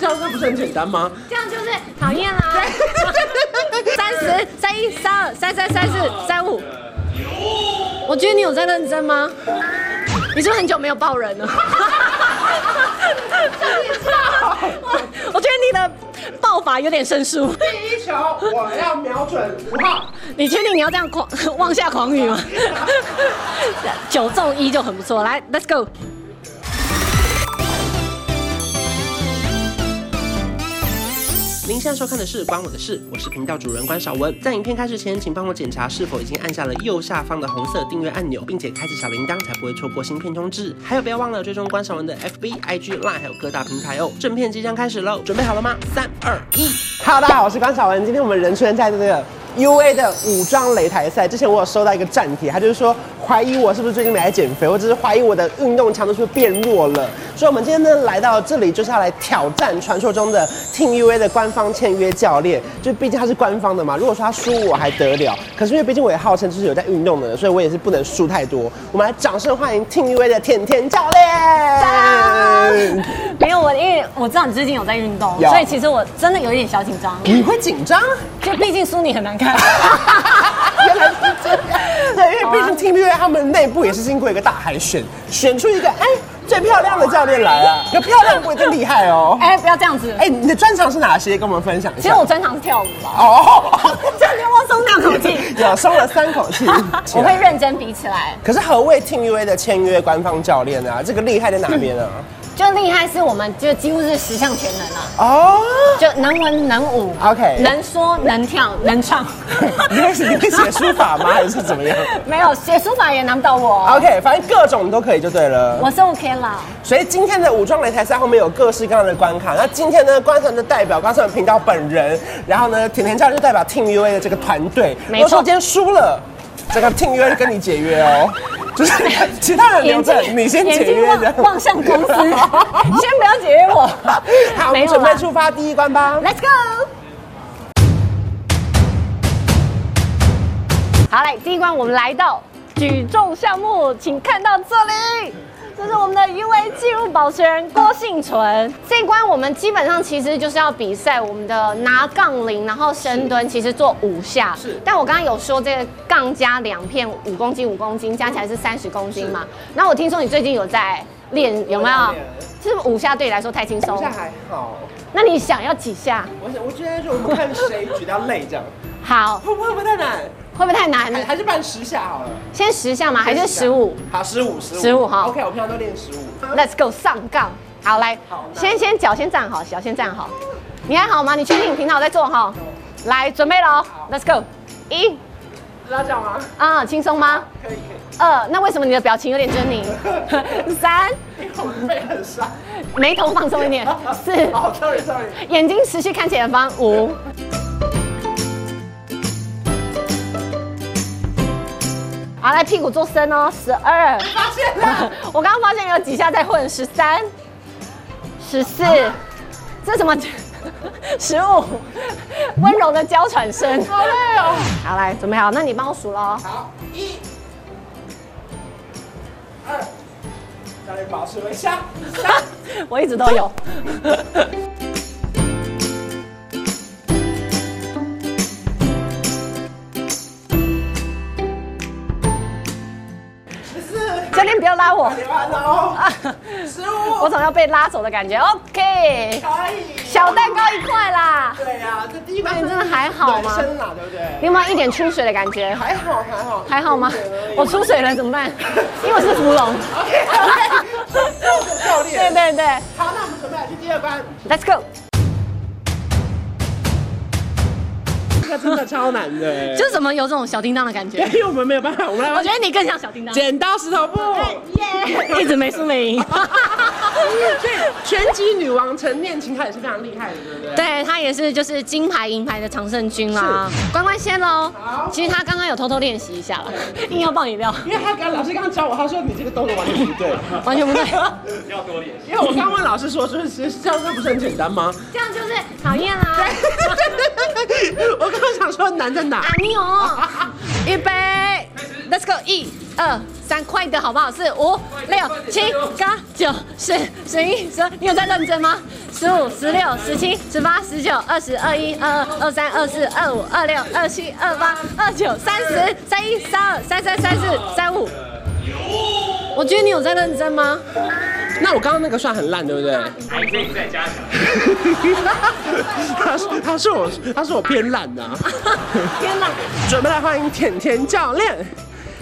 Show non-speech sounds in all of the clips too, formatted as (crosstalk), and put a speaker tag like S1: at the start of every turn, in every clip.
S1: 不是很简单吗？
S2: 这样就是讨厌啊啦。 (laughs) 三十、三一、三二、三三、三四、三五。我觉得你有在认真吗？你是不是很久没有抱人 (laughs) 了？我我觉得你的抱法有点生疏。
S1: 第一球我要瞄准五号，
S2: 你确定你要这样狂 (laughs) 妄下狂语吗？ (laughs) 九中一就很不错，来，Let's go。
S1: 您现在收看的是《关我的事》，我是频道主人关少文。在影片开始前，请帮我检查是否已经按下了右下方的红色订阅按钮，并且开启小铃铛，才不会错过新片通知。还有，不要忘了追踪关少文的 FB、IG、Line，还有各大平台哦。正片即将开始喽，准备好了吗？三、二、一。Hello，大家好，我是关少文。今天我们人圈在这个 UA 的武装擂台赛，之前我有收到一个战帖，他就是说怀疑我是不是最近没来减肥，或者是怀疑我的运动强度是不是变弱了。所以我们今天呢来到这里就是要来挑战传说中的 Team UA 的官方签约教练，就毕竟他是官方的嘛。如果说他输我还得了，可是因为毕竟我也号称就是有在运动的人，所以我也是不能输太多。我们来掌声欢迎 Team UA 的甜甜教练。
S2: 没有我，因为我知道你最近有在运动，
S1: 有
S2: 所以其实我真的有一点小紧张，
S1: 你会紧张？啊
S2: 就毕竟输你很难看。 (laughs)
S1: 原来是这样。对， (laughs) 因为
S2: 啊
S1: 毕竟 Team UA 他们内部也是经过一个大海选，选出一个哎最漂亮的教练来啊。可漂亮不一定厉害哦。
S2: 哎，不要这样子。
S1: 哎，你的专长是哪些？跟我们分享一
S2: 其实
S1: 下。
S2: 我专长是跳舞
S1: (laughs)
S2: 啦，
S1: 哦，
S2: 这样就我松两口气。。
S1: 有松了三口气
S2: (laughs) 我会认真比起来，
S1: 可是何谓 Team UA 的签约官方教练啊？这个厉害在哪边
S2: (laughs)
S1: 啊？
S2: 就厉害是我们就几乎是十项全能啊，
S1: 哦，
S2: 就能文能武
S1: OK。
S2: 能说能跳能唱
S1: (laughs) (laughs) 你会你会写书法吗？还是
S2: (laughs)
S1: 怎么样
S2: 没有写书法也难不倒我，
S1: ？OK，反正各种都可以就对了。
S2: 我是 OK 啦。
S1: 所以今天的武装擂台赛后面有各式各样的关卡。那今天呢，关少文的代表关少文频道本人，然后呢，甜甜教练就代表 Team UA 的这个团队。
S2: 没错
S1: 如果说今天输了，这个 Team UA 就跟你解约哦，
S2: (laughs)
S1: 就是其他人留着，你先解约
S2: 眼
S1: 的
S2: 睛。望望向公
S1: (laughs)
S2: 司，先不要解约我。
S1: 好，我
S2: 没
S1: 们
S2: 有
S1: 准
S2: 啦
S1: 备出发第一关吧。
S2: Let's go。好嘞，第一关我们来到举重项目，请看到这里，这是我们的 U A 纪录保持人郭幸存。这一关我们基本上其实就是要比赛我们的拿杠铃，然后深蹲，其实做五下。
S1: 是
S2: 但我刚刚有说这个杠加两片五公斤，五公斤加起来是三十公斤嘛。然后我听说你最近有在练，有没有
S1: 有在练？
S2: 是不是五下对你来说太轻松
S1: 好像
S2: 了？
S1: 还好，
S2: 那你想要几下？
S1: 我想我觉得说我们看谁举到累这样，
S2: 好，
S1: 会不会不太难？
S2: 会不会太难？
S1: 还是办十下好了，
S2: 先十下吗？还是哎十五
S1: 好，十五，十
S2: 15好
S1: OK，我平常都练十五。
S2: ？Let's go 上杠。好，来
S1: 好，那
S2: 先先脚先站好，脚先站好。你还好吗？你确定你平常有在做哈？来，准备喽，Let's go。一
S1: 要这样吗？
S2: 啊，轻松吗？
S1: 可以，可
S2: 二，呃那为什么你的表情有点狰狞？ (laughs) 三，
S1: 以，因为我背很伤。
S2: 眉头放松一点。四，
S1: (laughs) 哦，sorry sorry，
S2: 眼睛持续看前方。五。好，来屁股坐深哦，十二。
S1: 发现了，
S2: 我刚刚发现有几下在混，十三、十四，这什么？ (laughs) 十五，温柔的娇喘声。
S1: 好累哦。
S2: 好，来，准备好，那你帮我数喽。
S1: 好，一、二，教练保持微笑，三。
S2: 我一直都有。教练，不要拉我，
S1: 别完了哦，十
S2: 我
S1: 五，
S2: 总要被拉走的感觉。OK，
S1: 可以。
S2: 小蛋糕一块啦。
S1: 对呀，这第一关
S2: 那你真的还好吗
S1: 暖身啦，啊对不对？
S2: 你有没有一点出水的感觉？
S1: 还好还好
S2: 还好吗
S1: 一点点而已？
S2: 我
S1: (laughs)
S2: 出水了怎么办？因为我是芙蓉。
S1: OK，教
S2: 对
S1: 练。
S2: 对对
S1: 好，那我们准备来去第二关，
S2: ，Let's go。
S1: 这个真的超难
S2: (laughs)
S1: 的
S2: 就是怎么有这种小叮当的感觉？
S1: (laughs) 因为我们没有办法，我们来
S2: 我
S1: 玩
S2: 觉得你更像小叮当，
S1: 剪刀石头布。
S2: 哎一直没输没赢。 (laughs)
S1: 所以拳击女王陈念琴她也是非常厉害的，对不对？
S2: 对他也是，就是金牌、银牌的常胜军啦。关关先喽
S1: 好，
S2: 其实他刚刚有偷偷练习一下了， (laughs) 硬要爆饮料，
S1: 因为他刚老师刚教我，他说你这个动作完全不对。
S2: 完全
S3: (laughs)
S2: 不对。
S1: 因为我刚问老师说，就是其实这样这不是很简单吗？
S2: 这样就是讨厌啦。
S1: 我刚刚想说难在哪
S2: 阿？尼哦，预备，Let's go，一、二、三，快一点好不好？四、五、六、七、八、九、十、十一、十二，你有在认真吗？十、十五、十六、十七、十八、十九、二十、二一、二二、二三、二四、二五、二六、二七、二八、二九、三十、三一、三二、三三、三四、三五。我觉得你有在认真吗？
S1: 那我刚刚那个算很烂，对不对？
S4: 还可以再加强。
S1: (laughs) 他说他说我他说我偏烂
S2: (laughs)
S1: 的、啊。
S2: 天哪！
S1: 准备来欢迎甜甜教练。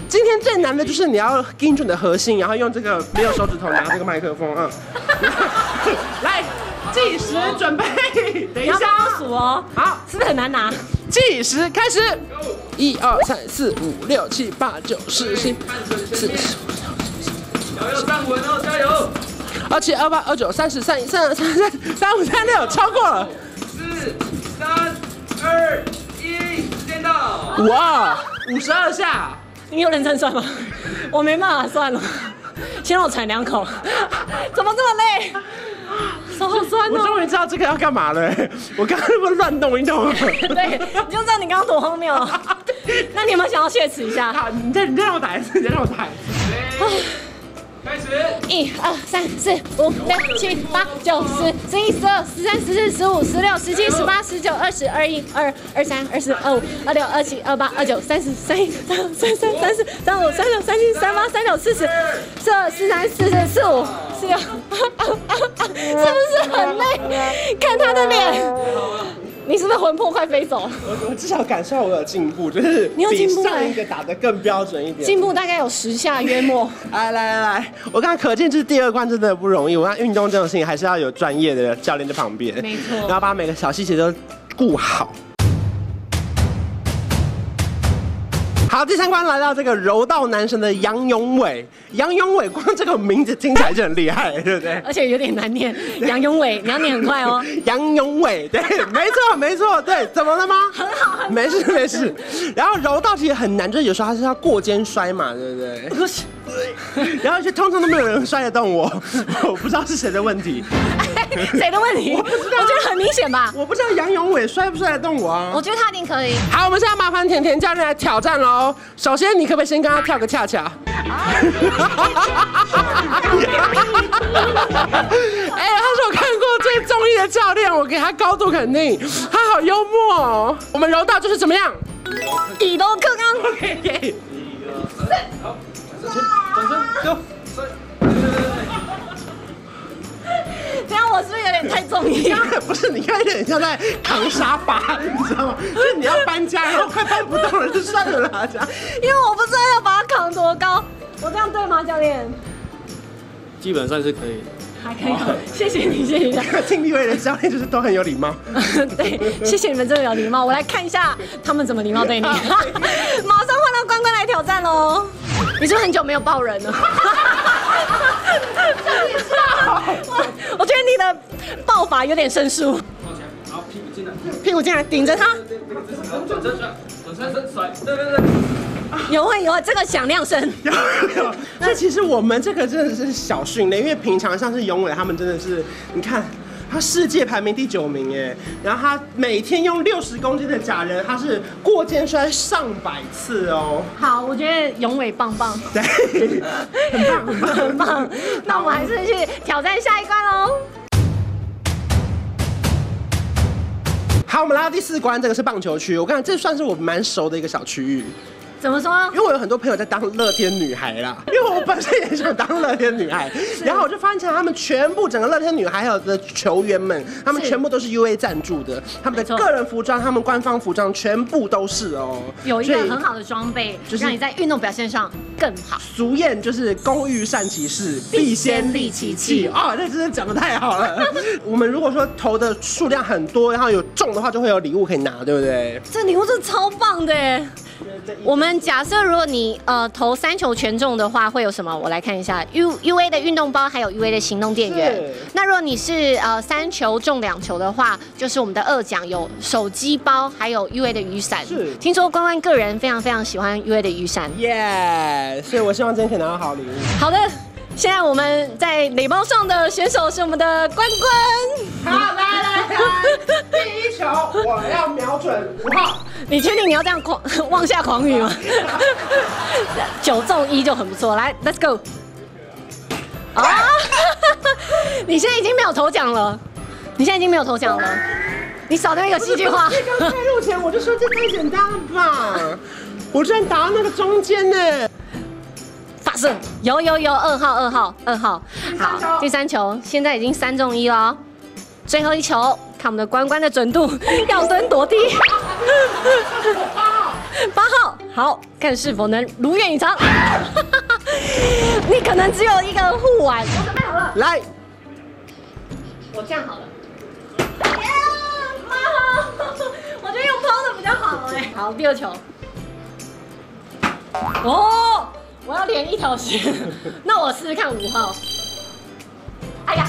S1: 今天最难的就是你要盯住你的核心，然后用这个没有手指头拿这个麦克风，
S2: (laughs)
S1: 嗯。来，计时准备，等一
S2: 你要
S1: 下
S2: 帮我
S1: 哦，
S2: 数哦。
S1: 好，
S2: 是不是很难拿？
S1: 计时开始，一二三四五六七八九十十一十十
S4: 要要站稳哦，加油！
S1: 二七二八二九三十三一三二三三三五三六，超过了。
S4: 四、三、二、一，时间到。
S1: 五二五十二下，
S3: 你有认真算吗？ (laughs) 我没办法算了，先让我喘两口。 (laughs)
S2: 怎么这么 (laughs) 累？
S3: 手好酸
S1: 我
S3: 哦！
S1: 终于知道这个要干嘛了、我刚刚那么乱动一动。
S3: 对，你就知道你刚刚多荒谬哦。那你有没有想要血耻一下？
S1: 好，啊你再你再让我打一次，你再让我打一次。
S4: 开始，
S2: 一二三四五六七八九十十一十二十三十四十五十六十七十八十九二十二一二二三二四二五二六二七二八二九三十三一三二三三三四三五三六三七三八三九四十四二四三四四四五四六，是不是很累？看他的脸，你是不是魂魄快飞走？
S1: 我我至少感受到我有进步，就是
S2: 你有进步
S1: 比
S2: 哎
S1: 上一个打得更标准一点。
S2: 进步大概有十下约莫。
S1: 来来来来，我刚刚可见就是第二关真的不容易。我看运动这种事情还是要有专业的教练在旁边，
S3: 没错
S1: 然后把每个小细节都顾好。好，第三关来到这个柔道男神的杨永伟。杨永伟光这个名字听起来就很厉害，对不对？
S3: 而且有点难念，杨永伟，你要念很快哦。
S1: (laughs) 杨永伟，对，没错，没错，对，怎么了吗？很好，没事没事。然后柔道其实很难，就是有时候它是要过肩摔嘛，对不对？ (laughs) 然后就通常都没有人摔得动我， (laughs) 我不知道是谁的问题，
S3: 谁的问题？我觉得很明显吧。
S1: 我不知道杨永伟摔不摔得动我啊。
S2: 我觉得他一定可以。
S1: 好，我们现在麻烦甜甜教练来挑战喽。首先，你可不可以先跟他跳个恰
S2: (laughs)
S1: 恰？哎、他是我看过最中意的教练，我给他高度肯定，他好幽默哦。我们柔道就是怎么样？
S2: 底都克刚。
S4: 转身，Go。
S2: 这样我是不是有点太重
S1: 你
S2: 要？
S1: 刚才 (laughs) 不是，你看有点像在扛沙发，你知道吗？就是你要搬家，然后快搬不动了，就算了啦，这样。
S2: 因为我不知道要把它扛多高。我这样对吗，教练？
S4: 基本上是可以。
S3: 还可以哦，谢谢你，谢谢你。
S1: (laughs) 听立威的教练就是都很有礼貌。
S3: 对，谢谢你们 (laughs) 这么有礼貌。我来看一下他们怎么礼貌对 (laughs) 你。马上换到关关来挑战喽。
S2: 你是不是很久没有抱人了？
S3: 我我觉得你的爆法有点生疏，
S4: 抱起来，然后屁股进来，
S3: 屁股进来顶着他，
S4: 这个这个姿势，然后转身甩，转身身甩，对对对。
S3: 有会有啊这个响亮声。
S1: 有有有，那其实我们这个真的是小训练，因为平常像是永伟他们真的是，你看。他世界排名第九名哎，然后他每天用六十公斤的假人，他是过肩摔上百次哦。
S3: (laughs) 好，我觉得永伟棒棒，
S1: 对，很棒很棒
S3: 很棒。
S2: 那我们还是去挑战下一关喽。
S1: (laughs) 好，我们来到第四关，这个是棒球区。我刚才这算是我蛮熟的一个小区域，
S3: 怎么说
S1: 因？为我有很多朋友在当乐天女孩 (laughs) 啦，因为我本身也想当乐天女孩，然后我就发现他们全部整个乐天女孩还有的球员们，他们
S3: 是
S1: 全部都是 U A 赞助的，他们
S3: 没
S1: 的
S3: 错
S1: 个人服装、他们官方服装全部都是哦，
S3: 有一
S1: 所
S3: 个
S1: 以
S3: 很好的装备，
S1: 就是
S3: 让你在运动表现上更好。
S1: 俗谚就是“工欲善其事，必先利其器”啊、哦，那真的讲的太好了。 (laughs) 我们如果说投的数量很多，然后有中的话，就会有礼物可以拿，对不 (laughs) 对？
S2: 这礼物真的超棒的耶！我们假设如果你呃投三球全中的话，会有什么？我来看一下 U U A 的运动包，还有 U A 的行动电源
S1: 是。
S2: 那如果你是呃三球中两球的话，就是我们的二奖有手机包，还有 U A 的雨伞
S1: 是。
S2: 听说关关个人非常非常喜欢 U A 的雨伞。
S1: 耶、所以我希望今天可以拿到好礼物。
S3: 好的，现在我们在垒包上的选手是我们的关关。
S1: 好，来来来，第一球我要瞄准五号。
S3: 你确定你要这样狂 (laughs) 妄下狂语吗？ (laughs) 九中一就很不错，来，Let's go。啊！你现在已经没有头奖了，你现在已经没有头奖了，你少掉一个戏剧化。
S1: 这刚开录前我就说这太简单了吧，我居然打到那个中间呢。
S3: 发射，有有有，二号二号二号，好，第三球现在已经三中一了哦，最后一球，看我们的关关的准 (laughs) 度，要蹲多低？八号，好看是否能如愿以偿。 (laughs) 你可能只有一个护腕，我准备好了，
S1: 来，
S3: 我这样好了。八号，我觉得用抛的比较好哎。好，第二球。哦，我要连一条线， (laughs) 那我试试看五号。哎呀，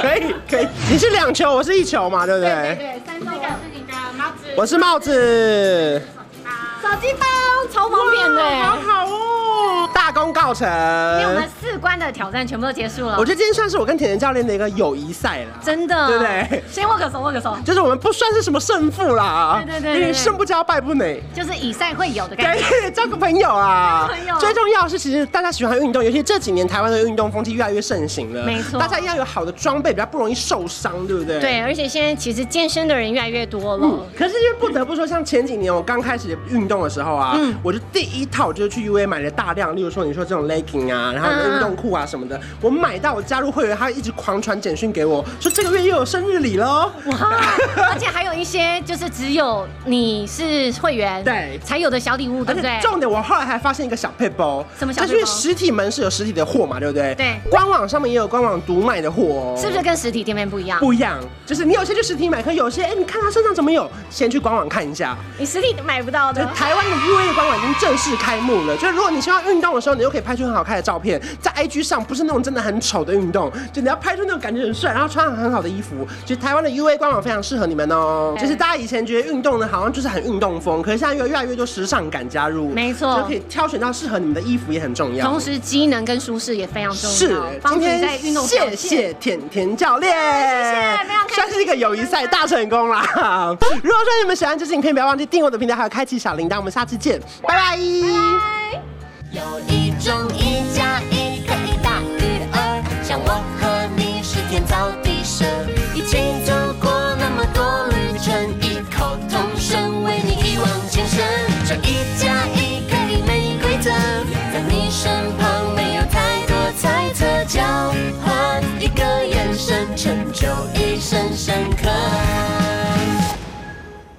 S1: 可以可以，你是两球，我是一球嘛，对不对？
S3: 对，三中
S1: 我是帽子，
S3: 手机包超方便的
S1: 好
S3: 哎。
S1: 好哦，大功告成。
S3: 因为我们四关的挑战全部都结束了
S1: 我，觉得今天算是我跟甜甜教练的一个友谊赛啦，
S3: 真的，
S1: 对不对？
S3: 先握个手，握个手，
S1: 就是我们不算是什么胜负啦，
S3: 对对对对
S1: 有
S3: 对
S1: 点胜不骄败不馁。
S3: 就是以赛会友的感觉。
S1: 对，哎交个朋友啊
S3: 交个朋友。
S1: 最重要的是，其实大家喜欢运动，尤其这几年台湾的运动风气越来越盛行了。
S3: 没错
S1: 大家要有好的装备，比较不容易受伤，对不对？。
S3: 对，而且现在其实健身的人越来越多了。
S1: 嗯，可是因为不得不说，像前几年我刚开始运动的时候啊，
S3: 嗯
S1: 我就第一套就是去 U A 买了大量，例如说你说这种 legging 啊，然后
S3: 嗯嗯
S1: 运动裤啊什么的，我买到我加入会员，他一直狂传简讯给我，说这个月又有生日礼喽。
S3: 哇！而且还有一些就是只有你是会员
S1: 对
S3: 才有的小礼物，对
S1: 而
S3: 不
S1: 且
S3: 对？
S1: 重点，我后来还发现一个小配包，
S3: 什么小
S1: 就
S3: 配包
S1: 是因为实体门市有实体的货嘛，对不对？
S3: 对
S1: 官网上面也有官网独卖的货哦，
S3: 是不是跟实体店面不一样？
S1: 不一样？就是你有些去实体买，可有些哎、你看他身上怎么有，先去官网看一下。
S3: 你实体买不到
S1: 就
S3: 的
S1: 是。台湾的 U A 的官网已经正式开幕了，就是如果你希望运动的时候，你又可以拍出很好看的照片，在 I G 上不是那种真的很丑的运动，就你要拍出那种感觉很帅，然后穿很好的衣服，就台湾的 U A 官网非常适合你们哦。
S3: 对
S1: 就是大家以前觉得运动呢好像就是很运动风，可是现在有越来越多时尚感加入，
S3: 没错
S1: 就可以挑选到适合你们的衣服也很重要。
S3: 同时，机能跟舒适也非常重要，
S1: 是，
S3: 帮
S1: 今
S3: 助你
S1: 天
S3: 在运动表
S1: 谢
S3: 现
S1: 谢甜甜教练，
S3: 谢非常开心
S1: 算是一个友谊赛大成功啦。 (laughs) 如果说你们喜欢这支影片，不要忘记订阅我的频道，还有开启小铃铛。我们下次见，拜拜
S5: 有一种一